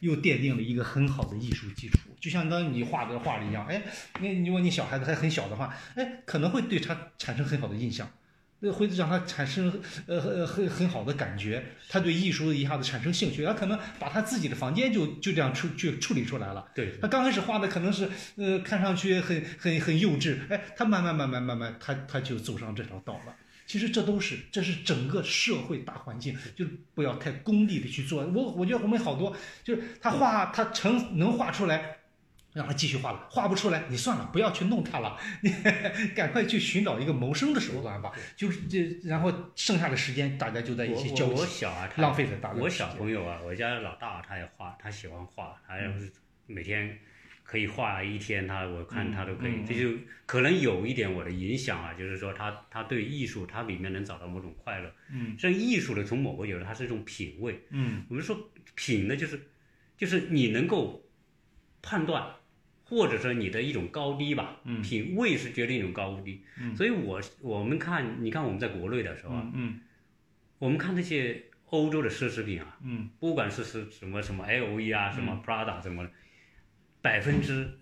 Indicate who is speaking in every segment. Speaker 1: 又奠定了一个很好的艺术基础。就像当你画的画里一样，哎，那如果你小孩子还很小的话，哎，可能会对他产生很好的印象，那会让他产生呃呃很很好的感觉，他对艺术一下子产生兴趣，他可能把他自己的房间就就这样处就处理出来了。
Speaker 2: 对，
Speaker 1: 他刚开始画的可能是呃看上去很很很幼稚，哎，他慢慢慢慢慢慢，他他就走上这条道了。其实这都是，这是整个社会大环境，就是不要太功利的去做。我我觉得我们好多就是他画，他成能画出来，让他继续画了；画不出来，你算了，不要去弄他了， 你赶快去寻找一个谋生的手段吧。就是这，然后剩下的时间大家就在一起
Speaker 2: 我
Speaker 1: 交
Speaker 2: 我我
Speaker 1: 集，
Speaker 2: 小啊，他
Speaker 1: 浪费了大量
Speaker 2: 我
Speaker 1: 的时
Speaker 2: 小
Speaker 1: 间。
Speaker 2: 朋友啊，我家老大他也画，他喜欢画，他
Speaker 1: 嗯
Speaker 2: 要是每天可以画一天，他我看他都可以。
Speaker 1: 嗯嗯
Speaker 2: 这就可能有一点我的影响啊，就是说他他对艺术，他里面能找到某种快乐。
Speaker 1: 嗯
Speaker 2: 像艺术呢，从某个角度，它是一种品味。
Speaker 1: 嗯
Speaker 2: 我们说品呢，就是就是你能够判断，或者说你的一种高低吧。
Speaker 1: 嗯
Speaker 2: 品味是决定一种高低。
Speaker 1: 嗯
Speaker 2: 所以我我们看，你看我们在国内的时候啊，
Speaker 1: 嗯嗯
Speaker 2: 我们看那些欧洲的奢侈品啊。
Speaker 1: 嗯
Speaker 2: 不管是是什么什么 LV 啊，什么 Prada 什么的，百分之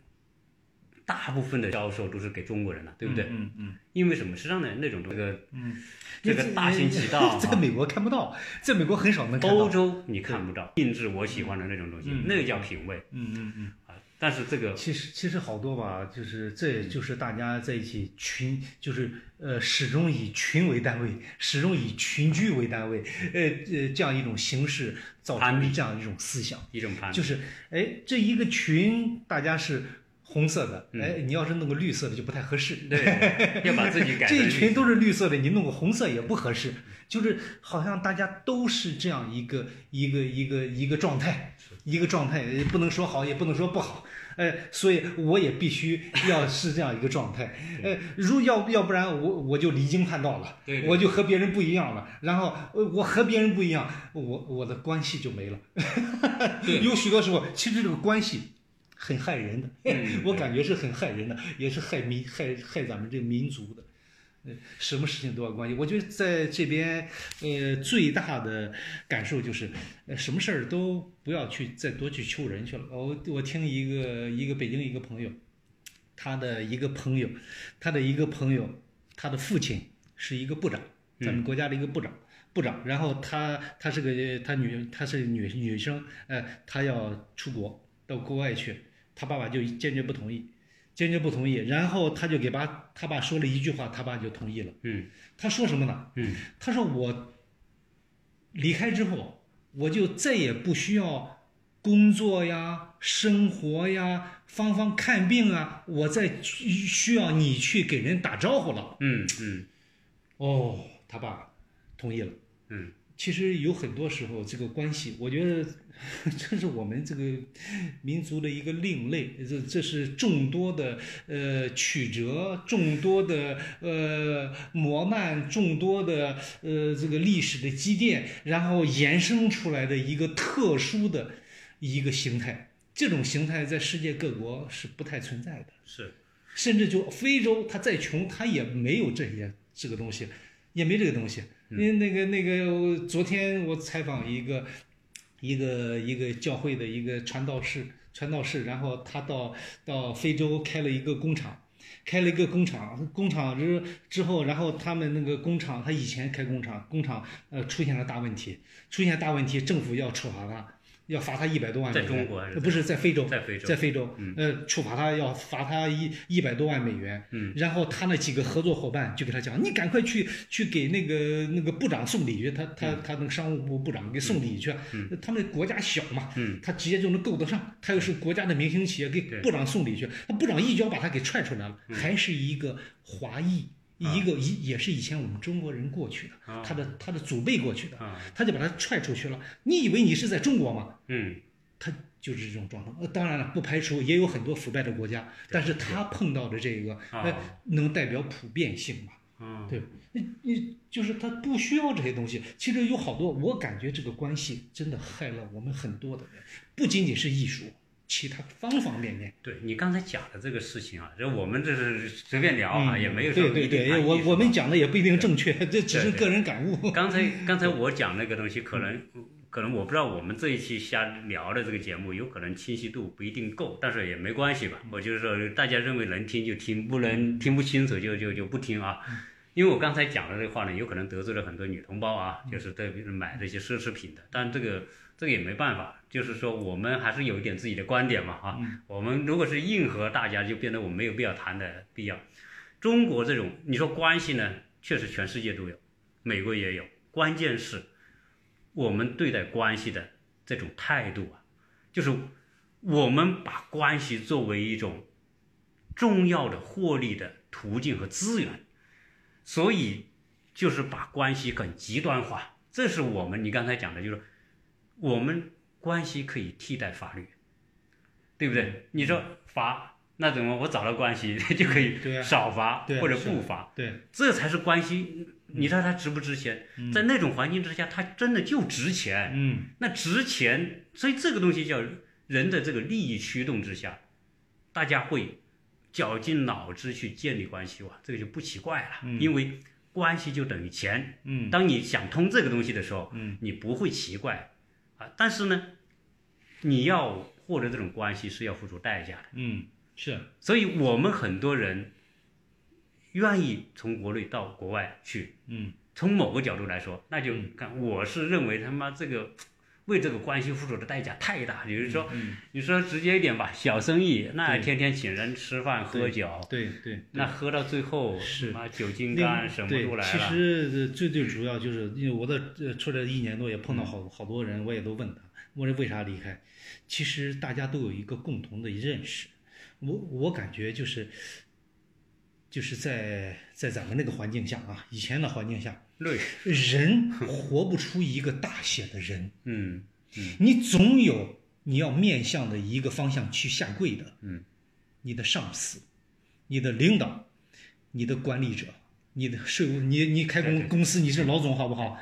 Speaker 2: 大部分的销售都是给中国人了，对不对？
Speaker 1: 嗯嗯
Speaker 2: 因为什么？实际上呢，那种这个
Speaker 1: 嗯，
Speaker 2: 这个大行其道 啊
Speaker 1: 在美国看不到，在美国很少能看到
Speaker 2: 欧。洲你看不到，定制我喜欢的那种东西，
Speaker 1: 嗯
Speaker 2: 那个叫品味
Speaker 1: 嗯嗯嗯。
Speaker 2: 啊。但是这个
Speaker 1: 其实其实好多吧，就是这
Speaker 2: 嗯
Speaker 1: 也就是大家在一起群，就是呃始终以群为单位，始终以群居为单位，呃呃这样一种形式造
Speaker 2: 攀
Speaker 1: 成这样一种思想，
Speaker 2: 一种攀比，
Speaker 1: 就是哎这一个群大家是红色的，
Speaker 2: 嗯
Speaker 1: 哎你要是弄个绿色的就不太合适，
Speaker 2: 对， 要把自己改
Speaker 1: 这
Speaker 2: 成
Speaker 1: 一群都
Speaker 2: 是
Speaker 1: 是绿色的，你弄个红色也不合适，就是好像大家都是这样一个一个一个一个状态，一个状态，呃不能说好，也不能说不好，呃，所以我也必须要是这样一个状态，呃，如要要不然我我就离经叛道了，
Speaker 2: 对对
Speaker 1: 我就和别人不一样了，然后呃我和别人不一样，我我的关系就没了， 有许多时候其实这个关系很害人的，
Speaker 2: 嗯
Speaker 1: 我感觉是很害人的，也是害民害害咱们这个民族的。呃，什么事情都要关系。我觉得在这边，呃，最大的感受就是，呃，什么事儿都不要去再多去求人去了。我我听一个一个北京一个朋友，他的一个朋友，他的一个朋友，他的父亲是一个部长，
Speaker 2: 嗯
Speaker 1: 咱们国家的一个部长，部长。然后他他是个他女他是女女生，呃，他要出国到国外去，他爸爸就坚决不同意，坚决不同意。然后他就给爸他爸说了一句话，他爸就同意了。
Speaker 2: 嗯
Speaker 1: 他说什么呢？
Speaker 2: 嗯
Speaker 1: 他说我离开之后，我就再也不需要工作呀、生活呀、芳芳看病啊，我再去需要你去给人打招呼了。
Speaker 2: 嗯嗯
Speaker 1: 哦，他爸同意了。
Speaker 2: 嗯，
Speaker 1: 其实有很多时候，这个关系，我觉得 这是我们这个民族的一个另类，这这是众多的呃曲折、众多的呃磨难、众多的呃这个历史的积淀，然后延伸出来的一个特殊的一个形态。这种形态在世界各国是不太存在的。
Speaker 2: 是
Speaker 1: 甚至就非洲，它再穷，它也没有这些这个东西，也没这个东西。
Speaker 2: 嗯
Speaker 1: 因为那个那个，我昨天我采访一个一个一个教会的一个传道士，传道士，然后他到到非洲开了一个工厂，开了一个工厂，工厂之之后，然后他们那个工厂，他以前开工厂，工厂呃出现了大问题，出现大问题，政府要处罚他，要罚他一百多万美
Speaker 2: 在
Speaker 1: 元。
Speaker 2: 中国还是
Speaker 1: 呃不是在非洲？
Speaker 2: 在非洲
Speaker 1: 在非洲，呃，处罚他要罚他一一百多万美元，
Speaker 2: 嗯，
Speaker 1: 然后他那几个合作伙伴就给他讲，你赶快去去给那个那个部长送礼去，他
Speaker 2: 嗯
Speaker 1: 他他那个商务部部长给送礼去，呃他们国家小嘛，
Speaker 2: 嗯，
Speaker 1: 他直接就能够得上，他又是国家的明星企业，给
Speaker 2: 对嗯
Speaker 1: 部长送礼去，他部长一脚把他给踹出来了，还是一个华裔，
Speaker 2: 啊
Speaker 1: 一个一也是以前我们中国人过去的，
Speaker 2: 啊
Speaker 1: 他的他的祖辈过去的，
Speaker 2: 啊
Speaker 1: 他就把他踹出去了，你以为你是在中国吗？
Speaker 2: 嗯
Speaker 1: 他就是这种状况。呃，当然了，不排除也有很多腐败的国家，但是他碰到的这个，呃，能代表普遍性嘛？
Speaker 2: 啊
Speaker 1: 对，你你就是他不需要这些东西。其实有好多，我感觉这个关系真的害了我们很多的人，不仅仅是艺术，其他方方面面。
Speaker 2: 对你刚才讲的这个事情啊，这我们这是随便聊啊，
Speaker 1: 嗯
Speaker 2: 也没有说
Speaker 1: 对对
Speaker 2: 一定
Speaker 1: 对，
Speaker 2: 按艺
Speaker 1: 我
Speaker 2: 术
Speaker 1: 我
Speaker 2: 啊
Speaker 1: 们讲的也不一定正确，这只是
Speaker 2: 对对
Speaker 1: 个人感悟。
Speaker 2: 刚才刚才我讲那个东西，可能可能我不知道我们这一期瞎聊的这个节目，有可能清晰度不一定够，但是也没关系吧。我就是说，大家认为能听就听，不能听不清楚就就就不听啊。因为我刚才讲的这话呢，有可能得罪了很多女同胞啊，就是特别是买这些奢侈品的，但这个这个也没办法，就是说我们还是有一点自己的观点嘛啊。我们如果是硬核大家，就变得我们没有必要谈的必要。中国这种你说关系呢，确实全世界都有，美国也有，关键是。我们对待关系的这种态度啊，就是我们把关系作为一种重要的获利的途径和资源，所以就是把关系很极端化。这是我们你刚才讲的，就是我们关系可以替代法律，对
Speaker 1: 嗯
Speaker 2: 不对？你说罚那怎么？我找到关系 就可以
Speaker 1: 对啊
Speaker 2: 少罚
Speaker 1: 对啊
Speaker 2: 或者
Speaker 1: 是
Speaker 2: 不罚，
Speaker 1: 对，
Speaker 2: 这才是关系。
Speaker 1: 嗯
Speaker 2: 你说它值不值钱？在那种环境之下，它真的就值钱。
Speaker 1: 嗯，
Speaker 2: 那值钱，所以这个东西叫人的这个利益驱动之下，大家会绞尽脑汁去建立关系哇，这个就不奇怪了，因为关系就等于钱。
Speaker 1: 嗯，
Speaker 2: 当你想通这个东西的时候，
Speaker 1: 嗯，
Speaker 2: 你不会奇怪啊。但是呢，你要获得这种关系是要付出代价的，
Speaker 1: 嗯，是，
Speaker 2: 所以我们很多人愿意从国内到国外去
Speaker 1: 嗯
Speaker 2: 从某个角度来说，那就看我是认为他妈这个为这个关系付出的代价太大。比如说，
Speaker 1: 嗯，
Speaker 2: 你说直接一点吧，小生意那
Speaker 1: 对
Speaker 2: 天天请人吃饭
Speaker 1: 对
Speaker 2: 喝酒，
Speaker 1: 对对。
Speaker 2: 那喝到最后
Speaker 1: 是
Speaker 2: 妈酒精
Speaker 1: 另
Speaker 2: 肝什么
Speaker 1: 对
Speaker 2: 都，来
Speaker 1: 其
Speaker 2: 了。嗯
Speaker 1: 实呃最最主要就是因为我的呃出来一年多也碰到好好多人，我也都问他，我说为啥离开？其实大家都有一个共同的认识，我我感觉就是，就是在在咱们那个环境下啊，以前的环境下，
Speaker 2: 对，
Speaker 1: 人活不出一个大写的人，
Speaker 2: 嗯，
Speaker 1: 你总有你要面向的一个方向去下跪的，
Speaker 2: 嗯，
Speaker 1: 你的上司，你的领导，你的管理者，你的税务，你你开
Speaker 2: 对
Speaker 1: 公
Speaker 2: 对
Speaker 1: 公司你是老总好不好？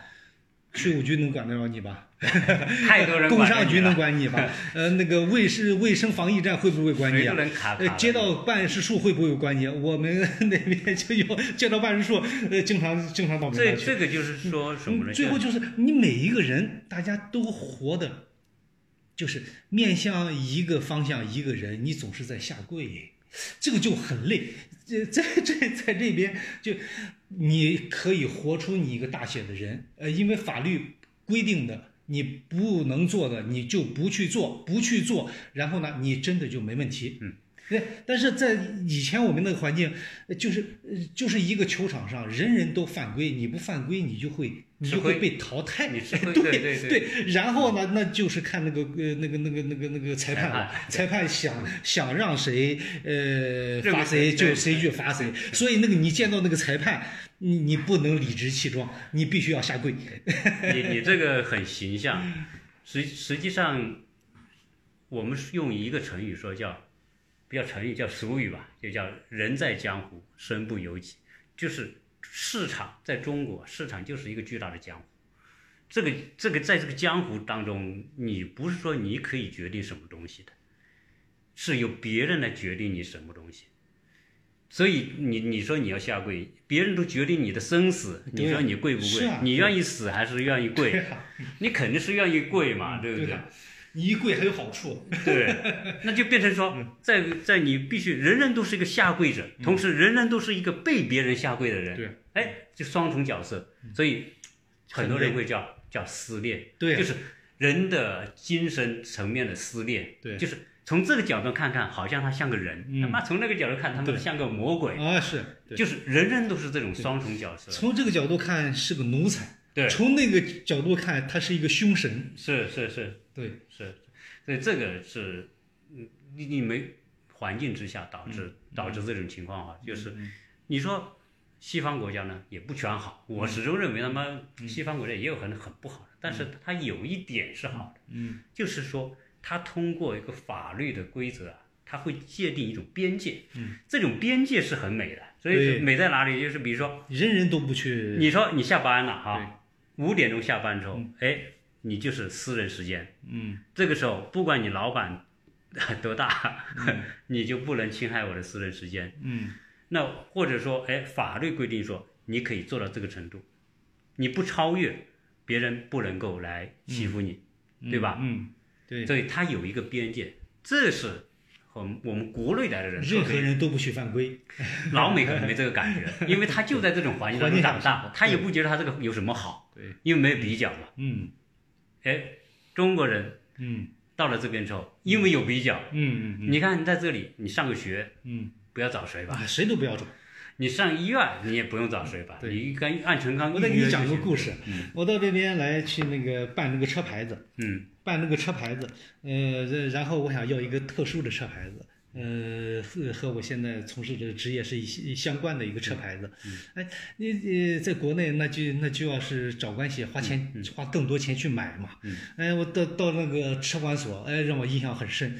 Speaker 1: 税务局能管得了你吧？
Speaker 2: 太多人
Speaker 1: 工
Speaker 2: 管着
Speaker 1: 商
Speaker 2: 你
Speaker 1: 局能
Speaker 2: 了
Speaker 1: 管你吧？ 呃，那个卫生卫生防疫站会不会管你
Speaker 2: 谁
Speaker 1: 啊
Speaker 2: 都？能卡卡
Speaker 1: 呃，
Speaker 2: 的。
Speaker 1: 街道办事处会不会有关系？我们 那边就有街道办事处，呃，经常经常到我们那
Speaker 2: 这
Speaker 1: 儿去。
Speaker 2: 这个就是说什么呢？
Speaker 1: 嗯最后就是你每一个人，大家都活的，就是面向一个方向，一个人，你总是在下跪，这个就很累。这在这在这边就你可以活出你一个大写的人，呃，因为法律规定的。你不能做的，你就不去做，不去做，然后呢，你真的就没问题。
Speaker 2: 嗯，
Speaker 1: 对。但是在以前我们那个环境，呃就是呃就是一个球场上，人人都犯规，你不犯规，你就会你
Speaker 2: 吃
Speaker 1: 就会
Speaker 2: 亏
Speaker 1: 被淘汰。
Speaker 2: 你吃亏
Speaker 1: 对
Speaker 2: 对对
Speaker 1: 然后呢，那就是看那个呃那个那个那个那个裁判了，裁判想想让谁呃
Speaker 2: 个
Speaker 1: 罚谁
Speaker 2: 谁
Speaker 1: 就
Speaker 2: 对
Speaker 1: 谁去罚谁。所以那个你见到那个裁判，你你不能理直气壮，你必须要下跪。
Speaker 2: 你你这个很形象，实实际上，我们是用一个成语说叫，不叫成语叫俗语吧，就叫人在江湖身不由己，就是市场在中国市场就是一个巨大的江湖，这个这个在这个江湖当中，你不是说你可以决定什么东西的，是由别人来决定你什么东西。所以你你说你要下跪，别人都决定你的生死，你
Speaker 1: 对
Speaker 2: 说你跪不
Speaker 1: 是
Speaker 2: 跪？
Speaker 1: 啊
Speaker 2: 你愿意死还是愿意 跪？
Speaker 1: 对啊
Speaker 2: 你肯定是愿意跪嘛，对不
Speaker 1: 嗯对
Speaker 2: 对？
Speaker 1: 的你一跪还有好处。
Speaker 2: 对，那就变成说，
Speaker 1: 嗯
Speaker 2: 在在你必须人人都是一个下跪者，同时人人都是一个被别人下跪的人，
Speaker 1: 对，嗯
Speaker 2: 哎，就双重角色，所以很多人会叫叫撕裂，
Speaker 1: 对啊
Speaker 2: 就是人的精神层面的撕裂，
Speaker 1: 对
Speaker 2: 就是从这个角度看看，好像他像个
Speaker 1: 嗯
Speaker 2: 人，他妈从那个角度看，他妈
Speaker 1: 对
Speaker 2: 像个魔鬼，
Speaker 1: 啊，是。对
Speaker 2: 就是人人都是这种双重角色，
Speaker 1: 从这个角度看是个奴才，
Speaker 2: 对，
Speaker 1: 从那个角度看他是一个凶神，
Speaker 2: 是是是，
Speaker 1: 对，
Speaker 2: 是，所以这个是，嗯，你你没环境之下导致、
Speaker 1: 嗯
Speaker 2: 导致这种情况啊，就是你说西方国家呢也不全好，
Speaker 1: 嗯
Speaker 2: 我始终认为他们西方国家也有很很不好的，但是它有一点是好的，
Speaker 1: 嗯，
Speaker 2: 就是说它通过一个法律的规则啊，它会界定一种边界，嗯，这种边界是很美的，所
Speaker 1: 对
Speaker 2: 以美在哪里？就是比如说
Speaker 1: 人人都不去，
Speaker 2: 你说你下班了哈，五点钟下班之后，
Speaker 1: 嗯
Speaker 2: 哎，你就是私人时间。嗯，这个时候不管你老板 多大， 你就不能侵害我的私人时间。
Speaker 1: 嗯，
Speaker 2: 那或者说，哎，法律规定说你可以做到这个程度，你不超越，别人不能够来欺负你，对吧？
Speaker 1: 嗯，对，
Speaker 2: 所以它有一个边界，这是我们我们国内来的人特
Speaker 1: 任何
Speaker 2: 别，
Speaker 1: 人都不许犯规，
Speaker 2: 老美可能没这个感觉，因为他就在这种环境当中长大，他也不觉得他这个有什么好，
Speaker 1: 对，
Speaker 2: 因为没有比较嘛。
Speaker 1: 嗯
Speaker 2: 哎，中国人
Speaker 1: 嗯
Speaker 2: 到了这边之后，因为有比较，
Speaker 1: 嗯嗯
Speaker 2: 你看你在这里，你上个学
Speaker 1: 嗯，
Speaker 2: 不要找谁吧，
Speaker 1: 啊，谁都不要找。
Speaker 2: 你上医院你也不用找谁吧，
Speaker 1: 对
Speaker 2: 你跟按陈刚
Speaker 1: 我再给
Speaker 2: 预约
Speaker 1: 你
Speaker 2: 就
Speaker 1: 讲个
Speaker 2: 行
Speaker 1: 故事，我到这边来去那个办那个车牌子，
Speaker 2: 嗯
Speaker 1: 办那个车牌子，呃，这然后我想要一个特殊的车牌子，呃，和和我现在从事的职业是一相关的一个车牌子。哎，你呃，在国内那就那就要是找关系，花钱、花更多钱去买嘛。哎，我到到那个车管所，哎，让我印象很深。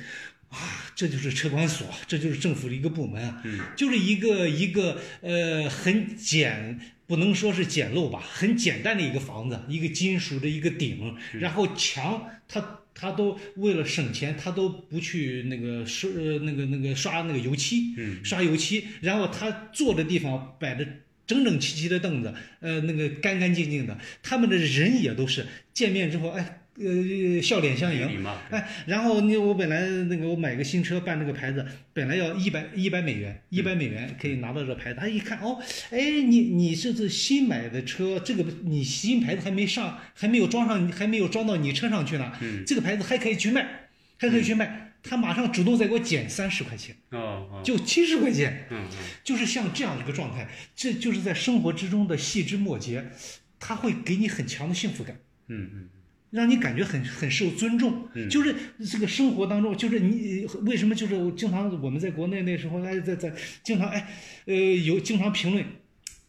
Speaker 1: 哇，这就是车管所，这就是政府的一个部门啊，就是一个一个呃很简，不能说是简陋吧，很简单的一个房子，一个金属的一个顶，然后墙它。它都为了省钱，它都不去那个刷呃那个那个刷那个油漆，刷油漆，然后他坐的地方摆的整整齐齐的凳子，呃，那个干干净净的。他们的人也都是见面之后，哎，呃，笑脸相迎
Speaker 2: 有，礼貌，
Speaker 1: 哎，然后你我本来那个我买个新车办那个牌子，本来要一百一百美元，一百美元可以拿到这牌子。他一看哦，哎，你你这次新买的车，这个你新牌子还没上，还没有装上，还没有装到你车上去呢，这个牌子还可以去卖，还可以去卖。他马上主动再给我减三十块钱，
Speaker 2: 哦哦，
Speaker 1: 就七十块钱，
Speaker 2: 嗯
Speaker 1: 就是像这样一个状态，这就是在生活之中的细枝末节，它会给你很强的幸福感。
Speaker 2: 嗯嗯
Speaker 1: 让你感觉很很受尊重，就是这个生活当中，就是你呃为什么就是我经常我们在国内那时候，哎，在在经常哎，呃，有经常评论，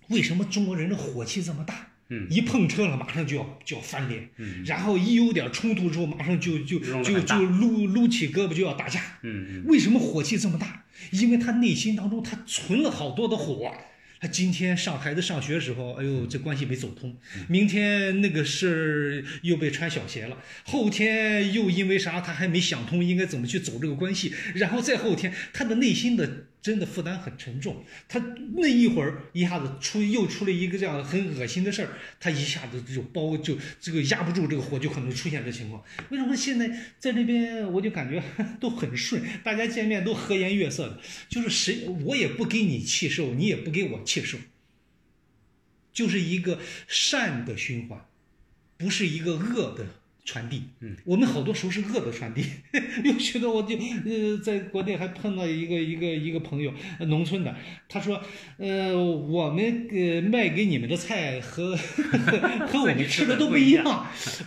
Speaker 1: 为什么中国人的火气这么大？
Speaker 2: 嗯，
Speaker 1: 一碰车了马上就要就要翻脸，嗯，然后一有点冲突之后，马上就就
Speaker 2: 弄得
Speaker 1: 就
Speaker 2: 很大
Speaker 1: 就撸撸起胳膊就要打架，
Speaker 2: 嗯嗯，
Speaker 1: 为什么火气这么大？因为他内心当中他存了好多的火。啊他今天上孩子上学的时候，哎呦，这关系没走通；明天那个事儿又被穿小鞋了，后天又因为啥他还没想通应该怎么去走这个关系，然后再后天他的内心的真的负担很沉重，他那一会儿一下子出又出了一个这样很恶心的事儿，他一下子就包就这个压不住这个火，就可能出现这情况。为什么现在在这边我就感觉啊都很顺，大家见面都和颜悦色的，就是谁我也不给你气受，你也不给我气受，就是一个善的循环，不是一个恶的传递。嗯，我们好多时候是恶的传递。 又觉得我就呃，在国内还碰到一个一个一个朋友，呃农村的，他说，呃，我们呃卖给你们的菜和 和我们吃的都不一样。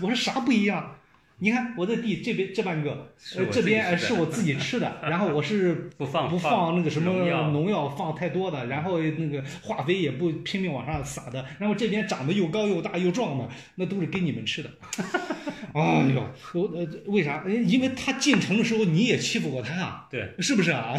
Speaker 1: 我说啥不一样？你看我这地这边这半个，
Speaker 2: 是
Speaker 1: 呃
Speaker 2: 我
Speaker 1: 这
Speaker 2: 自己
Speaker 1: 边呃
Speaker 2: 吃
Speaker 1: 是
Speaker 2: 的
Speaker 1: 我自己吃的，然后我是
Speaker 2: 不放
Speaker 1: 不
Speaker 2: 放
Speaker 1: 放那个什么
Speaker 2: 农药
Speaker 1: 农药放太多的，然后那个化肥也不拼命往上撒的，然后这边长得又高又大又壮的，那都是给你们吃的。 哎呦，我呃为啥？呃因为他进城的时候你也欺负过他啊，
Speaker 2: 对，
Speaker 1: 是不是啊？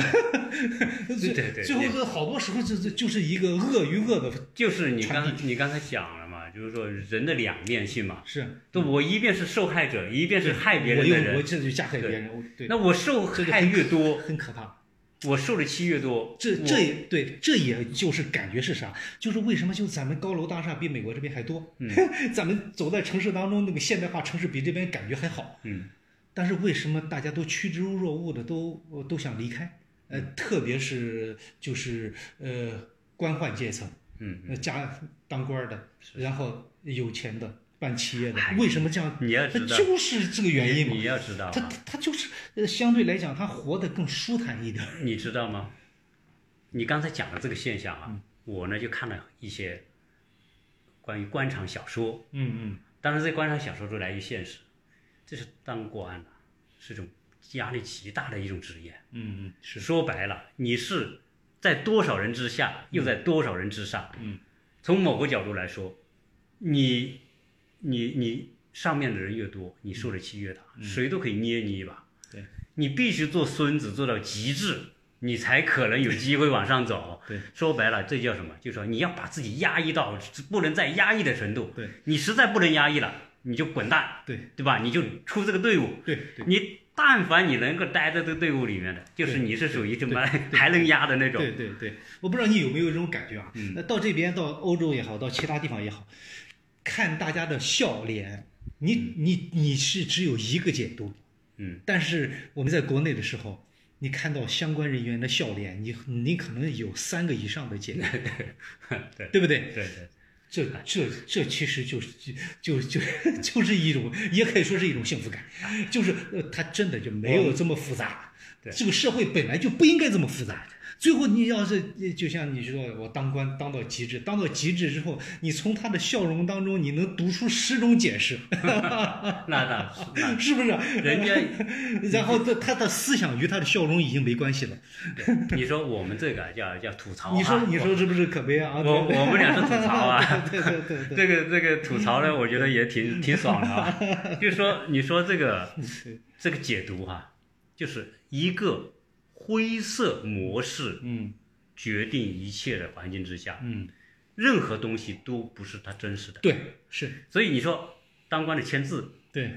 Speaker 1: 最
Speaker 2: 对对
Speaker 1: 最后这好多时候就是就是一个恶与恶的，
Speaker 2: 就是你
Speaker 1: 传
Speaker 2: 刚你刚才讲了嘛，就是说人的两面性嘛，
Speaker 1: 是，
Speaker 2: 就我一边是受害者，一边是害别人的
Speaker 1: 我又我
Speaker 2: 人，
Speaker 1: 这就加害别人，我对，
Speaker 2: 那我受害越多，
Speaker 1: 很可怕。
Speaker 2: 我受的气越多，
Speaker 1: 这
Speaker 2: 我
Speaker 1: 这也对，这也就是感觉是啥？就是为什么就咱们高楼大厦比美国这边还多？ 咱们走在城市当中，那个现代化城市比这边感觉还好。
Speaker 2: 嗯，
Speaker 1: 但是为什么大家都趋之若鹜的都呃都想离开？呃，特别是就是呃官宦阶层，
Speaker 2: 嗯，
Speaker 1: 呃家当官儿的，然后有钱的，办企业的
Speaker 2: 哎，
Speaker 1: 为什么这样？
Speaker 2: 你要
Speaker 1: 那
Speaker 2: 知道
Speaker 1: 就是这个原因嘛
Speaker 2: 你。要知道
Speaker 1: 他
Speaker 2: 啊，
Speaker 1: 他他就是呃相对来讲，他活得更舒坦一点儿。
Speaker 2: 你知道吗？你刚才讲的这个现象啊，我呢就看了一些关于官场小说，
Speaker 1: 嗯
Speaker 2: 当然这官场小说都来于现实，这是当官啊，是一种压力极大的一种职业。
Speaker 1: 嗯嗯嗯，是。
Speaker 2: 说白了，你是在多少人之下，又在多少人之上。嗯，从某个角度来说，你你你上面的人越多，你受的气越大，谁都可以捏你一把。
Speaker 1: 嗯对，
Speaker 2: 你必须做孙子做到极致，你才可能有机会往上走。
Speaker 1: 对，
Speaker 2: 说白了，这叫什么？就说你要把自己压抑到不能再压抑的程度。
Speaker 1: 对，
Speaker 2: 你实在不能压抑了，你就滚蛋。
Speaker 1: 对，
Speaker 2: 对吧？你就出这个队伍。
Speaker 1: 对
Speaker 2: 你但凡你能够待在这个队伍里面的，就是你是属于什么还能压的那种。嗯
Speaker 1: 对对对，我不知道你有没有这种感觉啊？那到这边到欧洲也好，到其他地方也好，看大家的笑脸，你你你是只有一个解读，
Speaker 2: 嗯，
Speaker 1: 但是我们在国内的时候。你看到相关人员的笑脸，你你可能有三个以上的解 读，
Speaker 2: 对
Speaker 1: 对不对？
Speaker 2: 对对，
Speaker 1: 这这这其实就是就就 就是一种，也可以说是一种幸福感，就是呃，它真的就没有这么复杂。
Speaker 2: 对
Speaker 1: 这个社会本来就不应该这么复杂。最后你要是呃就像你说，我当官当到极致，当到极致之后，你从他的笑容当中，你能读出十种解释，
Speaker 2: 那倒是，那
Speaker 1: 是不是？
Speaker 2: 人家
Speaker 1: 然后他他的思想与他的笑容已经没关系了。
Speaker 2: 你说我们这个叫叫吐槽啊，
Speaker 1: 你说你说是不是可悲啊？
Speaker 2: 我我们俩是吐槽啊。
Speaker 1: 对对对对
Speaker 2: 这个这个吐槽呢，我觉得也 挺挺爽的啊。就是说，你说这个
Speaker 1: 对，
Speaker 2: 这个解读哈、就是一个灰色模式
Speaker 1: 嗯
Speaker 2: 决定一切的环境之下，
Speaker 1: 嗯，
Speaker 2: 任何东西都不是它真实的。
Speaker 1: 对，是
Speaker 2: 所以你说当官的签字，
Speaker 1: 对。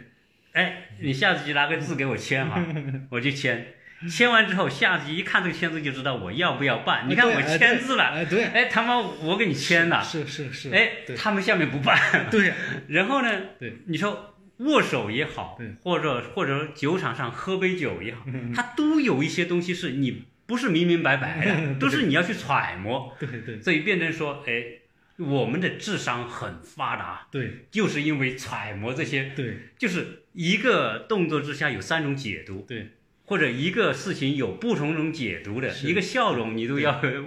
Speaker 2: 哎，你下次就拿个字给我 签哈、我就签。签完之后，下次一看这个签字就知道我要不要办。你看
Speaker 1: 对
Speaker 2: 我
Speaker 1: 哎
Speaker 2: 签字了，
Speaker 1: 哎，对，
Speaker 2: 哎他妈我给你签了，
Speaker 1: 是是是，
Speaker 2: 哎
Speaker 1: 对
Speaker 2: 他们下面不办。
Speaker 1: 对，
Speaker 2: 然后呢，
Speaker 1: 对，
Speaker 2: 你说握手也好
Speaker 1: 对，嗯
Speaker 2: 或者或者酒场上喝杯酒也好，它都有一些东西是你不是明明白白的，
Speaker 1: 嗯对
Speaker 2: 都是你要去揣摩，
Speaker 1: 对对
Speaker 2: 所以变成说，哎，我们的智商很发达，
Speaker 1: 对
Speaker 2: 就是因为揣摩这些，
Speaker 1: 对
Speaker 2: 就是一个动作之下有三种解读，
Speaker 1: 对
Speaker 2: 或者一个事情有不同种解读的，
Speaker 1: 是
Speaker 2: 一个笑容你都要
Speaker 1: 对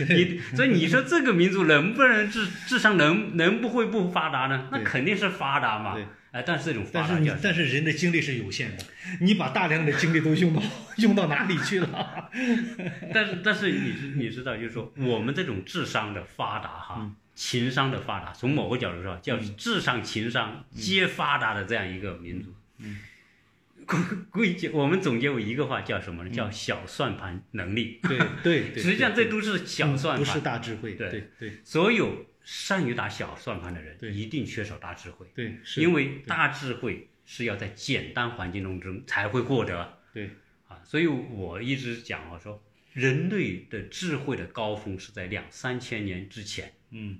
Speaker 1: 对
Speaker 2: 你所以你说这个民族能不能智智商能能不会不发达呢？那
Speaker 1: 对
Speaker 2: 肯定是发达嘛
Speaker 1: 对。
Speaker 2: 哎，但是这种发
Speaker 1: 但
Speaker 2: 达
Speaker 1: 是你
Speaker 2: 叫
Speaker 1: 但是人的精力是有限的，你把大量的精力都用到用到哪里去了？
Speaker 2: 但是但是你知你知道，就是说
Speaker 1: 嗯
Speaker 2: 我们这种智商的发达哈，情商的发达，从某个角度说叫
Speaker 1: 嗯
Speaker 2: 智商情商皆发达的这样一个民族。
Speaker 1: 嗯
Speaker 2: 归归结，我们总结为一个话叫什么呢？叫小算盘能力。
Speaker 1: 对对嗯对，
Speaker 2: 实际上
Speaker 1: 对
Speaker 2: 这都是小
Speaker 1: 嗯
Speaker 2: 算
Speaker 1: 不是
Speaker 2: 盘。
Speaker 1: 大智慧，
Speaker 2: 对
Speaker 1: 对对
Speaker 2: 所有善于打小算盘的人，
Speaker 1: 对
Speaker 2: 一定缺少大智慧。
Speaker 1: 对，是
Speaker 2: 因为大智慧是要在简单环境中中才会获得
Speaker 1: 对
Speaker 2: 啊，所以我一直讲我说，人类的智慧的高峰是在两三千年之前
Speaker 1: 嗯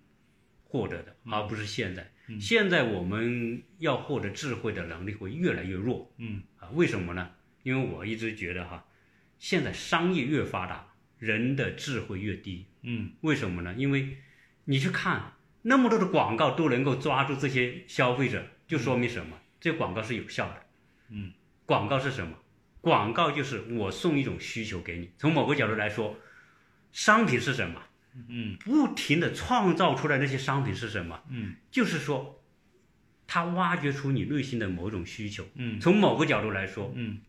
Speaker 2: 获得的，而不是现在。现在我们要获得智慧的能力会越来越弱
Speaker 1: 嗯
Speaker 2: 啊，为什么呢？因为我一直觉得哈，现在商业越发达，人的智慧越低。
Speaker 1: 嗯
Speaker 2: 为什么呢？因为你去看那么多的广告都能够抓住这些消费者，就说明什么？这广告是有效的。
Speaker 1: 嗯，
Speaker 2: 广告是什么？广告就是我送一种需求给你。从某个角度来说，商品是什么？
Speaker 1: 嗯
Speaker 2: 不停的创造出来那些商品是什么？
Speaker 1: 嗯
Speaker 2: 就是说，它挖掘出你内心的某种需求。
Speaker 1: 嗯
Speaker 2: 从某个角度来说，
Speaker 1: 嗯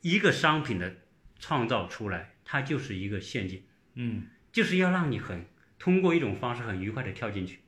Speaker 2: 一个商品的创造出来，它就是一个陷阱。
Speaker 1: 嗯
Speaker 2: 就是要让你很通过一种方式很愉快的跳进去。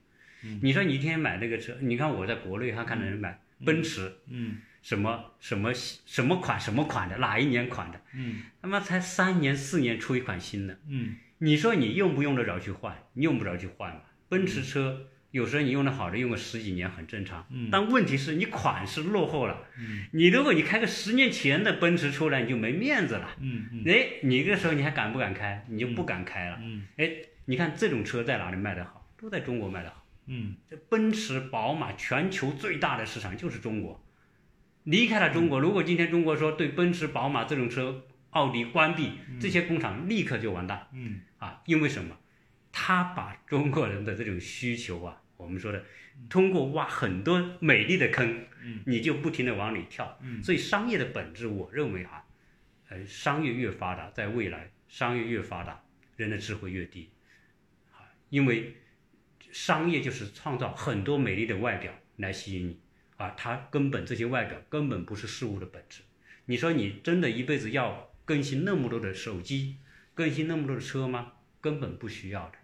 Speaker 2: 你说你一天买那个车，你看我在国内还看到人买奔驰，
Speaker 1: 嗯
Speaker 2: 什么什么什么款什么款的，哪一年款的，
Speaker 1: 嗯
Speaker 2: 他妈才三年四年出一款新的，
Speaker 1: 嗯
Speaker 2: 你说你用不用得着去换？你用不着去换嘛。奔驰车有时候你用的好的，用个十几年很正常。
Speaker 1: 嗯
Speaker 2: 但问题是你款式落后了，你如果你开个十年前的奔驰出来，你就没面子了。
Speaker 1: 嗯
Speaker 2: 哎，你这时候你还敢不敢开？你就不敢开了。
Speaker 1: 嗯
Speaker 2: 哎，你看这种车在哪里卖得好？都在中国卖得好。
Speaker 1: 嗯
Speaker 2: 这奔驰、宝马，全球最大的市场就是中国。离开
Speaker 1: 嗯
Speaker 2: 了中国，如果今天中国说对奔驰、宝马这种车，奥迪关闭这些工厂，立刻就完蛋
Speaker 1: 嗯
Speaker 2: 啊！因为什么？他把中国人的这种需求啊，我们说的，通过挖很多美丽的坑
Speaker 1: 嗯，
Speaker 2: 你就不停的往里跳。
Speaker 1: 嗯
Speaker 2: 所以商业的本质，我认为啊，呃，商业越发达，在未来商业越发达，人的智慧越低，啊，因为商业就是创造很多美丽的外表来吸引你，啊，它根本这些外表根本不是事物的本质。你说你真的一辈子要更新那么多的手机，更新那么多的车吗？根本不需要的，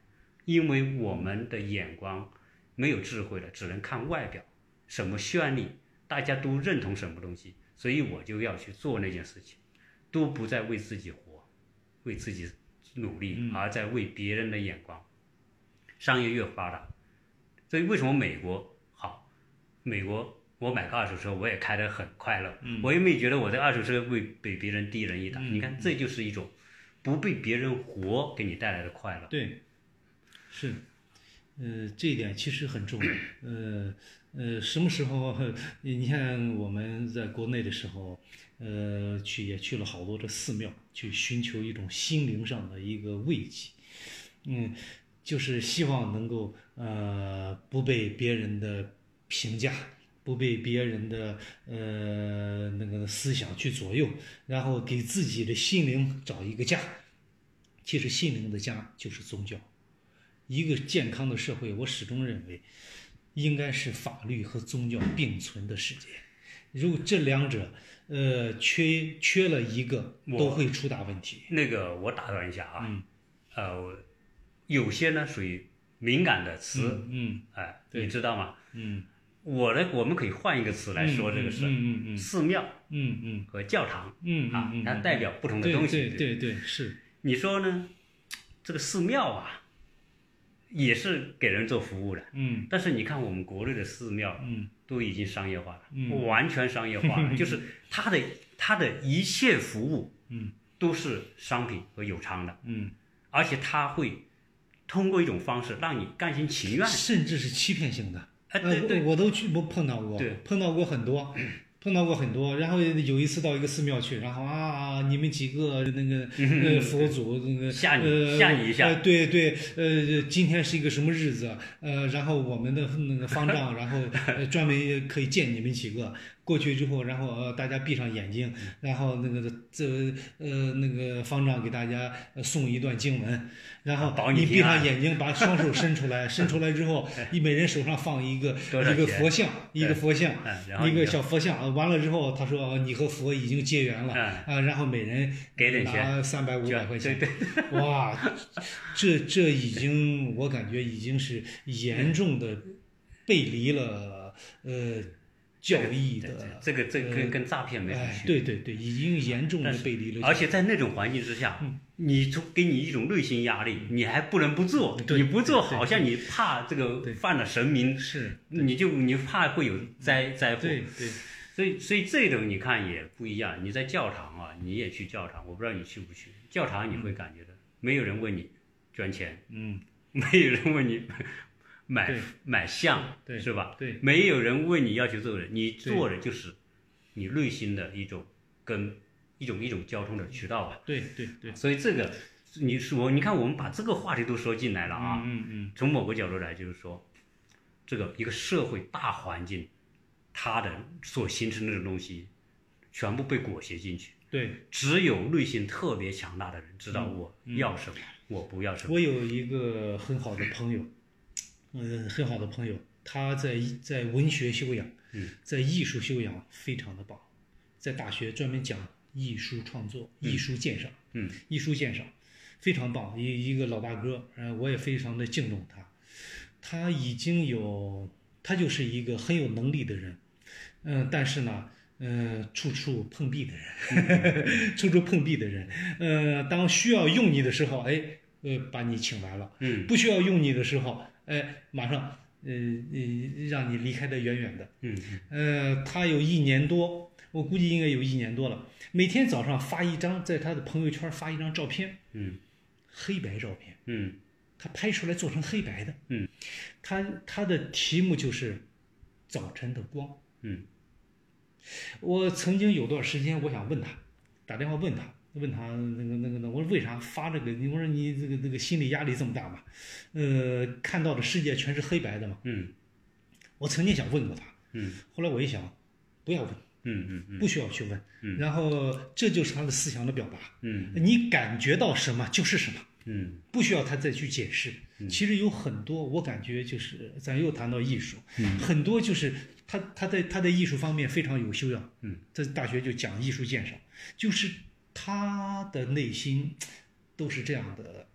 Speaker 2: 因为我们的眼光没有智慧了，只能看外表，什么绚丽，大家都认同什么东西，所以我就要去做那件事情，都不再为自己活，为自己努力，
Speaker 1: 嗯
Speaker 2: 而在为别人的眼光。商业越发达，所以为什么美国好？美国我买个二手车，我也开得很快乐，
Speaker 1: 嗯
Speaker 2: 我也没觉得我的二手车会比别人低人一等。
Speaker 1: 嗯
Speaker 2: 你看，这就是一种不被别人活给你带来的快乐。
Speaker 1: 对，是，呃，这一点其实很重要。呃呃，什么时候？你你看我们在国内的时候，呃，去也去了好多的寺庙，去寻求一种心灵上的一个慰藉。嗯，就是希望能够呃不被别人的评价，不被别人的呃那个思想去左右，然后给自己的心灵找一个家。其实心灵的家就是宗教。一个健康的社会，我始终认为，应该是法律和宗教并存的世界。如果这两者，呃，缺缺了一个，
Speaker 2: 我
Speaker 1: 都会出大问题。
Speaker 2: 那个我打断一下啊，
Speaker 1: 嗯
Speaker 2: 呃，有些呢属于敏感的词，
Speaker 1: 嗯
Speaker 2: 哎，
Speaker 1: 对
Speaker 2: 你知道吗？
Speaker 1: 嗯，
Speaker 2: 我呢，我们可以换一个词来说这个事儿，
Speaker 1: 嗯嗯嗯
Speaker 2: 寺庙
Speaker 1: 嗯嗯
Speaker 2: 和教堂
Speaker 1: 嗯
Speaker 2: 啊，
Speaker 1: 嗯，
Speaker 2: 它代表不同的
Speaker 1: 对
Speaker 2: 东西。
Speaker 1: 对对对，是，
Speaker 2: 你说呢？这个寺庙啊，也是给人做服务的，
Speaker 1: 嗯
Speaker 2: 但是你看我们国内的寺庙
Speaker 1: 嗯
Speaker 2: 都已经商业化了，
Speaker 1: 嗯
Speaker 2: 完全商业 化了，就是它的它的一切服务
Speaker 1: 嗯
Speaker 2: 都是商品和有偿的，
Speaker 1: 嗯，
Speaker 2: 而且它会通过一种方式让你甘心情愿。
Speaker 1: 甚至是欺骗性的。
Speaker 2: 哎，对
Speaker 1: 呃
Speaker 2: 对，
Speaker 1: 我我都去我碰到过
Speaker 2: 对，
Speaker 1: 碰到过很多， 碰到过很多。然后有一次到一个寺庙去，然后啊，你们几个那 个呃佛祖那个
Speaker 2: 吓你
Speaker 1: 呃
Speaker 2: 吓你一下
Speaker 1: 呃对对，呃，今天是一个什么日子？呃，然后我们的那个方 丈，然后呃专门可以见你们几个。过去之后，然后呃大家闭上眼睛，
Speaker 2: 嗯
Speaker 1: 然后那个这呃那个方丈给大家呃诵一段经文，然
Speaker 2: 啊保
Speaker 1: 后
Speaker 2: 你
Speaker 1: 你
Speaker 2: 平
Speaker 1: 闭
Speaker 2: 安
Speaker 1: 上眼睛，把双手伸出来，伸出来之后，一每人手上放一个
Speaker 2: 哎多少
Speaker 1: 一个
Speaker 2: 钱
Speaker 1: 佛像，一个佛像，
Speaker 2: 嗯，然后
Speaker 1: 一个
Speaker 2: 你
Speaker 1: 小佛像。呃完了之后，他说呃你和佛已经结缘了
Speaker 2: 嗯
Speaker 1: 啊，然后每人
Speaker 2: 给点
Speaker 1: 拿三百五百
Speaker 2: 捐
Speaker 1: 块钱。
Speaker 2: 对
Speaker 1: 哇，这这已经我感觉已经是严重的背离了呃教义
Speaker 2: 对
Speaker 1: 的，
Speaker 2: 这个这个跟跟诈骗没关
Speaker 1: 哎
Speaker 2: 系。
Speaker 1: 对对对，已经严重的
Speaker 2: 但是
Speaker 1: 背离了教义。
Speaker 2: 而且在那种环境之下，
Speaker 1: 嗯
Speaker 2: 你就给你一种内心压力，你还不能不做，
Speaker 1: 对
Speaker 2: 你不做
Speaker 1: 对对
Speaker 2: 好像你怕这个犯了神明，
Speaker 1: 是，嗯
Speaker 2: 你就你怕会有灾灾祸。
Speaker 1: 对对，
Speaker 2: 所以所以这种你看也不一样。你在教堂啊，你也去教堂，我不知道你去不去教堂，你会感觉到没有人问你捐钱，
Speaker 1: 嗯，
Speaker 2: 没有人问你买
Speaker 1: 对
Speaker 2: 买像，
Speaker 1: 对
Speaker 2: 是吧？
Speaker 1: 对，
Speaker 2: 没有人问你要去做的，你做的就是你内心的一种跟一种一种交通的渠道吧。
Speaker 1: 对对对，
Speaker 2: 所以这个你说，你看我们把这个话题都说进来了啊。
Speaker 1: 嗯嗯
Speaker 2: 从某个角度来，就是说，这个一个社会大环境，它的所形成的东西，全部被裹挟进去
Speaker 1: 嗯。，对。
Speaker 2: 只有内心特别强大的人知道我要什么，我不要什
Speaker 1: 嗯
Speaker 2: 么。
Speaker 1: 我有一个很好的朋友，嗯，很好的朋友，他在在文学修养，
Speaker 2: 嗯
Speaker 1: 在艺术修养非常的棒，在大学专门讲艺术创作、艺术鉴赏，
Speaker 2: 嗯，
Speaker 1: 艺术鉴赏非常棒，一一个老大哥，嗯，我也非常的敬重他。他已经有，他就是一个很有能力的人，嗯、但是呢，呃，处处碰壁的人， 处处碰壁的人，呃，当需要用你的时候，哎，呃，把你请来了；
Speaker 2: 嗯
Speaker 1: 不需要用你的时候，哎，马上，呃，呃让你离开的远远的。
Speaker 2: 嗯
Speaker 1: 呃，他有一年多，我估计应该有一年多了，每天早上发一张，在他的朋友圈发一张照片，
Speaker 2: 嗯
Speaker 1: 黑白照片。
Speaker 2: 嗯
Speaker 1: 他拍出来做成黑白的。
Speaker 2: 嗯，
Speaker 1: 他他的题目就是早晨的光。
Speaker 2: 嗯，
Speaker 1: 我曾经有段时间，我想问他，打电话问他，问他那个那个那个，我说为啥发这个？我说你这个这个心理压力这么大吗？呃，看到的世界全是黑白的嘛。
Speaker 2: 嗯
Speaker 1: 我曾经想问过他，
Speaker 2: 嗯
Speaker 1: 后来我一想，不要问，
Speaker 2: 嗯嗯
Speaker 1: 不需要去问。
Speaker 2: 嗯
Speaker 1: 然后这就是他的思想的表达，
Speaker 2: 嗯
Speaker 1: 你感觉到什么就是什么。
Speaker 2: 嗯
Speaker 1: 不需要他再去解释。其实有很多，我感觉就是咱又谈到艺术，很多就是他他在他在艺术方面非常有修养。
Speaker 2: 嗯，
Speaker 1: 在大学就讲艺术鉴赏，就是他的内心都是这样的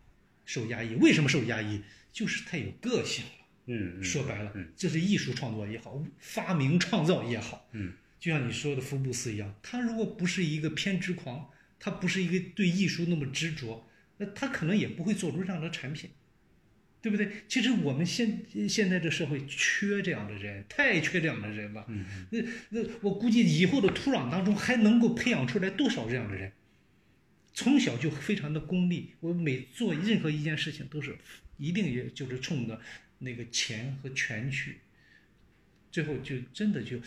Speaker 1: 受压抑。为什么受压抑？就是太有个性了。
Speaker 2: 嗯
Speaker 1: 说白了，这是艺术创作也好，发明创造也好，
Speaker 2: 嗯，
Speaker 1: 就像你说的福布斯一样，他如果不是一个偏执狂，他不是一个对艺术那么执着，那他可能也不会做出这样的产品，对不对？其实我们现现在这社会缺这样的人，太缺这样的人了。
Speaker 2: 嗯
Speaker 1: 那那我估计以后的土壤当中还能够培养出来多少这样的人？从小就非常的功利，我每做任何一件事情都是一定也就是冲着那个钱和权去，最后就真的就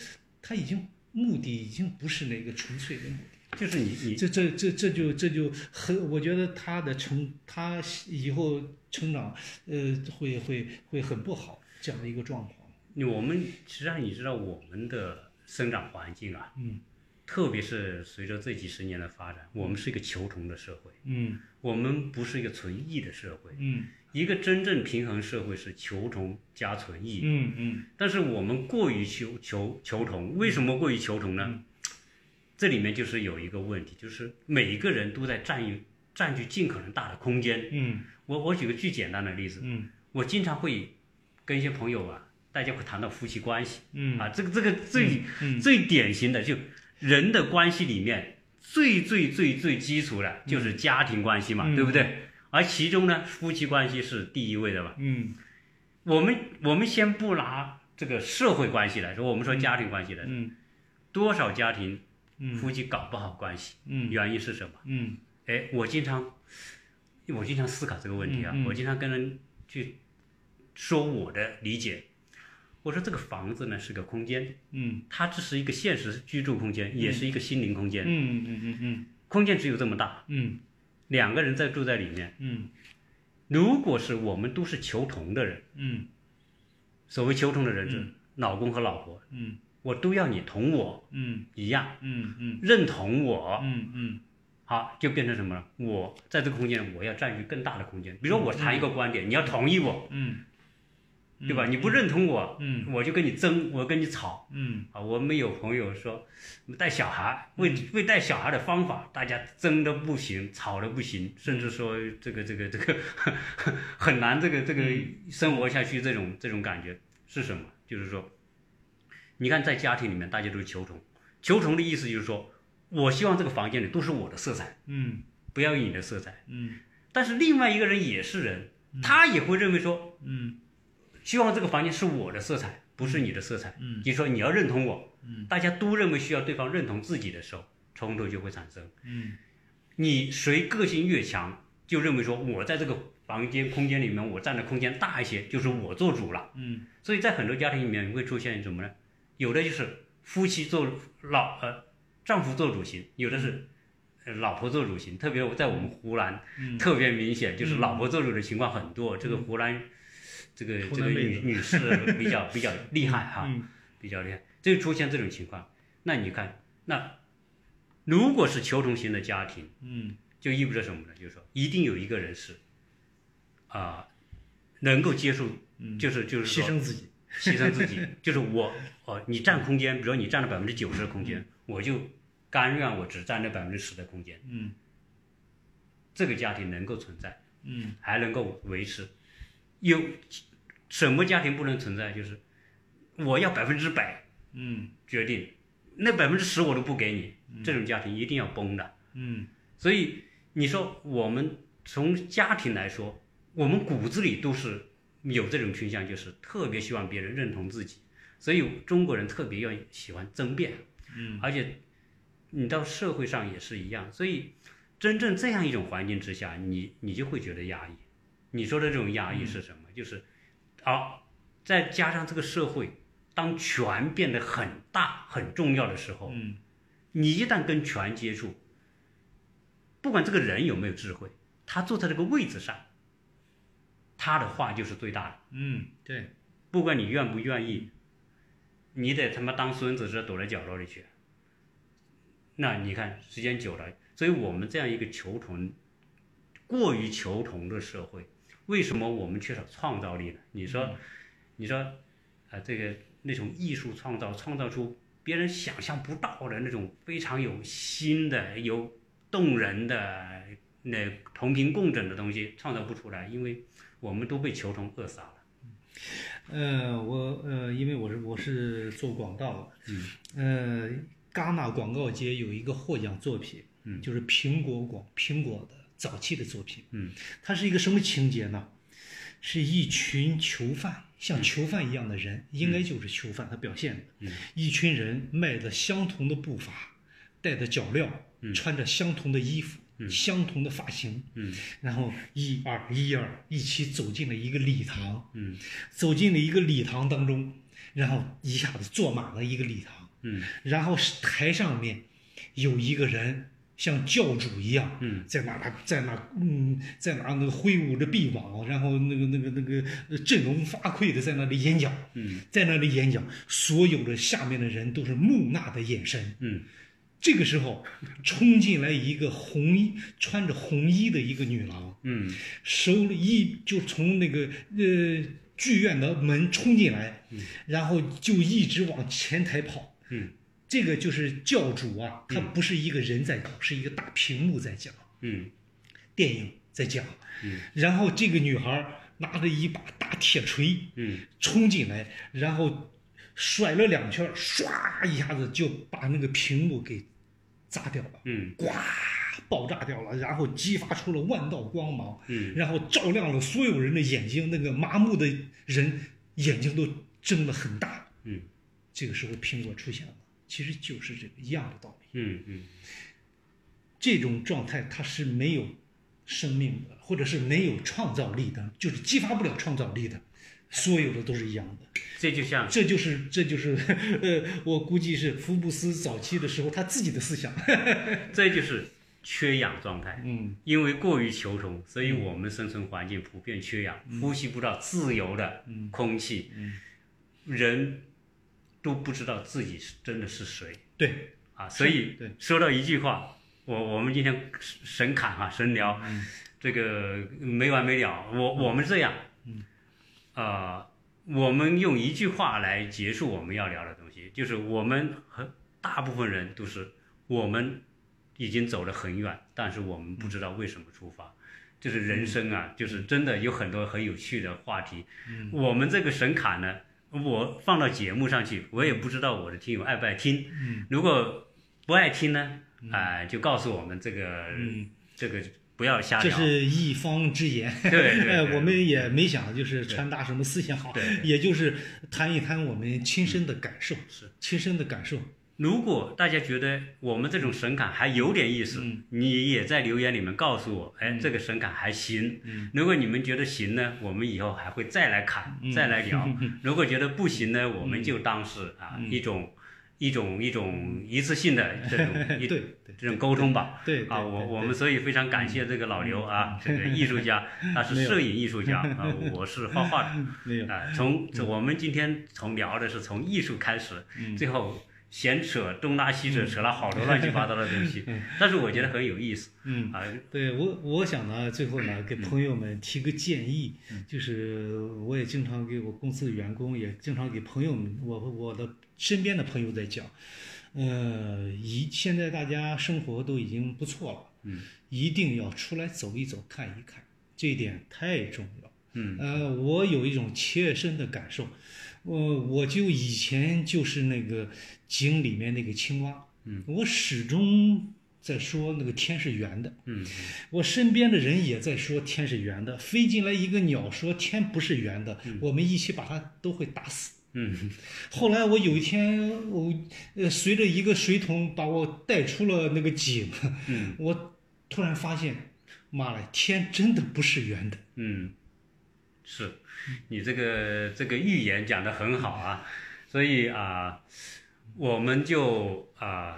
Speaker 1: 他已经目的已经不是那个纯粹的目的。
Speaker 2: 就是你你
Speaker 1: 这这这这就这就很，我觉得他的成他以后成长，呃，会会会很不好这样的一个状况。
Speaker 2: 你我们实际上你知道我们的生长环境啊，
Speaker 1: 嗯，
Speaker 2: 特别是随着这几十年的发展，我们是一个求同的社会，
Speaker 1: 嗯
Speaker 2: 我们不是一个存异的社会。
Speaker 1: 嗯
Speaker 2: 一个真正平衡社会是求同加存异，
Speaker 1: 嗯嗯
Speaker 2: 但是我们过于求求求同，为什么过于求同呢？这里面就是有一个问题，就是每一个人都在占有占据尽可能大的空间。
Speaker 1: 嗯
Speaker 2: 我我举个最简单的例子，
Speaker 1: 嗯
Speaker 2: 我经常会跟一些朋友啊，大家会谈到夫妻关系
Speaker 1: 嗯
Speaker 2: 啊，这个这个最、
Speaker 1: 嗯
Speaker 2: 最典型的就人的关系里面最最最最基础的就是家庭关系嘛，
Speaker 1: 嗯
Speaker 2: 对不对？而其中呢，夫妻关系是第一位的嘛。
Speaker 1: 嗯
Speaker 2: 我们我们先不拿这个社会关系来说，我们说家庭关系来说，
Speaker 1: 嗯
Speaker 2: 多少家庭
Speaker 1: 嗯
Speaker 2: 夫妻搞不好关系，
Speaker 1: 嗯
Speaker 2: 原因是什么？
Speaker 1: 嗯
Speaker 2: 哎，我经常我经常思考这个问题啊，
Speaker 1: 嗯嗯
Speaker 2: 我经常跟人去说我的理解。我说这个房子呢是个空间，
Speaker 1: 嗯
Speaker 2: 它只是一个现实居住空间，也是一个心灵空间。
Speaker 1: 嗯嗯嗯
Speaker 2: 空间只有这么大，
Speaker 1: 嗯
Speaker 2: 两个人在住在里面。
Speaker 1: 嗯
Speaker 2: 如果是我们都是求同的人，
Speaker 1: 嗯
Speaker 2: 所谓求同的人是老公和老婆，
Speaker 1: 嗯
Speaker 2: 我都要你同我，
Speaker 1: 嗯
Speaker 2: 一样
Speaker 1: 嗯嗯
Speaker 2: 认同我，
Speaker 1: 嗯
Speaker 2: 好就变成什么了？我在这个空间，我要占据更大的空间。比如说我谈一个观点，你要同意我，
Speaker 1: 嗯嗯，
Speaker 2: 对吧？你不认同我，
Speaker 1: 嗯
Speaker 2: 我就跟你争，我跟你吵
Speaker 1: 嗯
Speaker 2: 啊！我们有朋友说带小孩，为为带小孩的方法，大家争的不行，吵的不行，甚至说这个这个这个 很难这个这个生活下去，这种这种感觉是什么？就是说，你看在家庭里面，大家都是求同，求同的意思就是说。我希望这个房间里都是我的色彩，
Speaker 1: 嗯
Speaker 2: 不要有你的色彩。
Speaker 1: 嗯
Speaker 2: 但是另外一个人也是人，他也会认为说，
Speaker 1: 嗯
Speaker 2: 希望这个房间是我的色彩，不是你的色彩。
Speaker 1: 嗯
Speaker 2: 就是说你要认同我，
Speaker 1: 嗯
Speaker 2: 大家都认为需要对方认同自己的时候，冲突就会产生。
Speaker 1: 嗯
Speaker 2: 你谁个性越强，就认为说我在这个房间空间里面，我占的空间大一些，就是我做主了。
Speaker 1: 嗯
Speaker 2: 所以在很多家庭里面会出现什么呢？有的就是夫妻做老呃丈夫做主型，有的是呃老婆做主型。特别在我们湖南
Speaker 1: 嗯
Speaker 2: 特别明显，就是老婆做主的情况很多。这个湖南，这个
Speaker 1: 湖
Speaker 2: 这个
Speaker 1: 南妹
Speaker 2: 女
Speaker 1: 子
Speaker 2: 女士比较比较厉害哈、
Speaker 1: 嗯
Speaker 2: 比较厉害，就出现这种情况。那你看，那如果是求同型的家庭，
Speaker 1: 嗯
Speaker 2: 就意味着什么呢？就是说，一定有一个人是啊、能够接受，
Speaker 1: 嗯，
Speaker 2: 就是就是
Speaker 1: 牺
Speaker 2: 说
Speaker 1: 牲自己，
Speaker 2: 牺牲 自己，就是我哦，你占空间，比如你占了百分之九十的空间，我就甘愿我只占那百分之十的空间，
Speaker 1: 嗯
Speaker 2: 这个家庭能够存在。
Speaker 1: 嗯
Speaker 2: 还能够维持。有什么家庭不能存在？就是我要百分之百
Speaker 1: 嗯
Speaker 2: 决定，那百分之十我都不给你，这种家庭一定要崩的。
Speaker 1: 嗯
Speaker 2: 所以你说我们从家庭来说，我们骨子里都是有这种倾向，就是特别希望别人认同自己。所以中国人特别愿意喜欢争辩，啊
Speaker 1: 嗯
Speaker 2: 而且你到社会上也是一样，所以真正这样一种环境之下，你你就会觉得压抑。你说的这种压抑是什么？就是，啊，再加上这个社会，当权变得很大很重要的时候，
Speaker 1: 嗯
Speaker 2: 你一旦跟权接触，不管这个人有没有智慧，他坐在这个位置上，他的话就是最大的。
Speaker 1: 嗯，对，
Speaker 2: 不管你愿不愿意，你得他妈当孙子是躲在角落里去。那你看时间久了，所以我们这样一个求同、过于求同的社会，为什么我们缺少创造力呢？你说，你说，啊、这个那种艺术创造，创造出别人想象不到的那种非常有新的、有动人的、那同频共振的东西，创造不出来，因为我们都被求同扼杀了。
Speaker 1: 呃，我呃，因为我是我是做广告的，嗯，呃，戛纳广告节有一个获奖作品，
Speaker 2: 嗯
Speaker 1: 就是苹果广苹果的早期的作品，
Speaker 2: 嗯，
Speaker 1: 它是一个什么情节呢？是一群囚犯，像囚犯一样的人，应该就是囚犯，他表现的，
Speaker 2: 嗯
Speaker 1: 一群人迈着相同的步伐，戴着脚镣，穿着相同的衣服，相同的发型，
Speaker 2: 嗯
Speaker 1: 然后一二一二一起走进了一个礼堂，
Speaker 2: 嗯
Speaker 1: 走进了一个礼堂当中，然后一下子坐满了一个礼堂，
Speaker 2: 嗯
Speaker 1: 然后是台上面有一个人像教主一样，
Speaker 2: 嗯
Speaker 1: 在那把在那嗯在那那个挥舞着臂膀，然后那个那个那个呃振聋发聩的在那里演讲，
Speaker 2: 嗯
Speaker 1: 在那里演讲，所有的下面的人都是木讷的眼神。
Speaker 2: 嗯
Speaker 1: 这个时候，冲进来一个红衣穿着红衣的一个女郎，
Speaker 2: 嗯
Speaker 1: 手里一就从那个呃剧院的门冲进来，然后就一直往前台跑。
Speaker 2: 嗯
Speaker 1: 这个就是教主啊，他
Speaker 2: 嗯
Speaker 1: 不是一个人在讲，是一个大屏幕在讲。
Speaker 2: 嗯
Speaker 1: 电影在讲，
Speaker 2: 嗯
Speaker 1: 然后这个女孩儿拿着一把大铁锤
Speaker 2: 嗯
Speaker 1: 冲进来，然后甩了两圈儿，唰一下子就把那个屏幕给砸掉了，
Speaker 2: 嗯
Speaker 1: 呱爆炸掉了，然后激发出了万道光芒，
Speaker 2: 嗯
Speaker 1: 然后照亮了所有人的眼睛，那个麻木的人眼睛都睁得很大。
Speaker 2: 嗯
Speaker 1: 这个时候苹果出现了，其实就是这个一样的道理。
Speaker 2: 嗯嗯
Speaker 1: 这种状态它是没有生命的，或者是没有创造力的，就是激发不了创造力的。所有的都是一样的，
Speaker 2: 这就像
Speaker 1: 这就是这就是， 呃，我估计是福布斯早期的时候他自己的思想。
Speaker 2: 这就是缺氧状态。
Speaker 1: 嗯
Speaker 2: 因为过于求同，所以我们生存环境普遍缺氧，呼吸不到自由的空气，人都不知道自己是真的是谁
Speaker 1: 对，
Speaker 2: 啊。所以
Speaker 1: 对
Speaker 2: 说到一句话，我我们今天神侃啊，神聊、这个没完没了。我我们这样，啊、我们用一句话来结束我们要聊的东西，就是我们和大部分人都是我们已经走了很远，但是我们不知道为什么出发。就是人生啊，就是真的有很多很有趣的话题。
Speaker 1: 嗯
Speaker 2: 我们这个神卡呢，我放到节目上去，我也不知道我的听友爱不爱听。
Speaker 1: 嗯
Speaker 2: 如果不爱听呢，啊、就告诉我们这个、这个不要瞎
Speaker 1: 嗯这
Speaker 2: 聊。
Speaker 1: 是一方之言。
Speaker 2: 对对 对
Speaker 1: 呃我们也没想就是传达什么思想好
Speaker 2: 对对，
Speaker 1: 也就是谈一谈我们亲身的感受，
Speaker 2: 是
Speaker 1: 亲身的感受。
Speaker 2: 如果大家觉得我们这种神侃还有点意思，
Speaker 1: 嗯
Speaker 2: 你也在留言里面告诉我，哎，这个神侃还行。
Speaker 1: 嗯
Speaker 2: 如果你们觉得行呢，我们以后还会再来侃，
Speaker 1: 嗯
Speaker 2: 再来 聊。如果觉得不行呢，我们就当是啊、
Speaker 1: 嗯
Speaker 2: 一种一种一种一次性的这种一
Speaker 1: 对
Speaker 2: 这种沟通吧。
Speaker 1: 对
Speaker 2: 啊，
Speaker 1: 对
Speaker 2: 我
Speaker 1: 对嗯
Speaker 2: 我们所以非常感谢这个老刘啊，这个艺术 家，他是摄影艺术家啊，我是画画的。
Speaker 1: 没有，嗯
Speaker 2: 啊，从我们今天从聊的是从艺术开始，最后闲扯东拉西
Speaker 1: 嗯
Speaker 2: 扯，扯了好多乱七八糟的 东西，但是我觉得很有意思
Speaker 1: 嗯。
Speaker 2: 啊。
Speaker 1: 对我，我想呢，最后呢，
Speaker 2: 嗯
Speaker 1: 给朋友们提个建议，就是我也经常给我公司的员工，也经常给朋友们，我我的身边的朋友在讲，呃，一现在大家生活都已经不错了，
Speaker 2: 嗯，
Speaker 1: 一定要出来走一走，看一看，这一点太重要。
Speaker 2: 嗯
Speaker 1: 呃，我有一种切身的感受，我、我就以前就是那个井里面那个青蛙，嗯，我始终在说那个天是圆的，
Speaker 2: 嗯
Speaker 1: 我身边的人也在说天是圆的，飞进来一个鸟说天不是圆的，我们一起把它都会打死。
Speaker 2: 嗯
Speaker 1: 后来我有一天，我呃随着一个水桶把我带出了那个井，
Speaker 2: 嗯
Speaker 1: 我突然发现，妈了，天真的不是圆的。
Speaker 2: 嗯，是你这个这个预言讲得很好啊，所以啊，我们就啊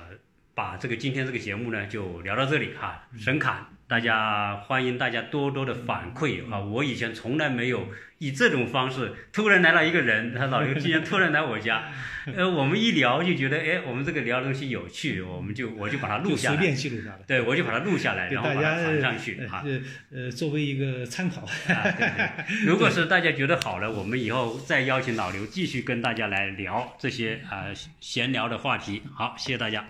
Speaker 2: 把这个今天这个节目呢就聊到这里哈、
Speaker 1: 嗯
Speaker 2: 神侃。大家欢迎大家多多的反
Speaker 1: 嗯
Speaker 2: 馈啊！我以前从来没有以这种方式，突然来了一个人，他老刘今天突然来我 家，呃，我们一聊就觉得，哎，我们这个聊的东西有趣，我们就我就把它录
Speaker 1: 就
Speaker 2: 下
Speaker 1: 随
Speaker 2: 来，
Speaker 1: 便记录下来，
Speaker 2: 对，我就把它录下来，
Speaker 1: 给
Speaker 2: 然后
Speaker 1: 大
Speaker 2: 把
Speaker 1: 家
Speaker 2: 它传上去哈。
Speaker 1: 呃呃作为一个参考。
Speaker 2: 啊对对如果是大家觉得好了，我们以后再邀请老刘继续跟大家来聊这些啊、呃闲聊的话题。好，谢谢大家。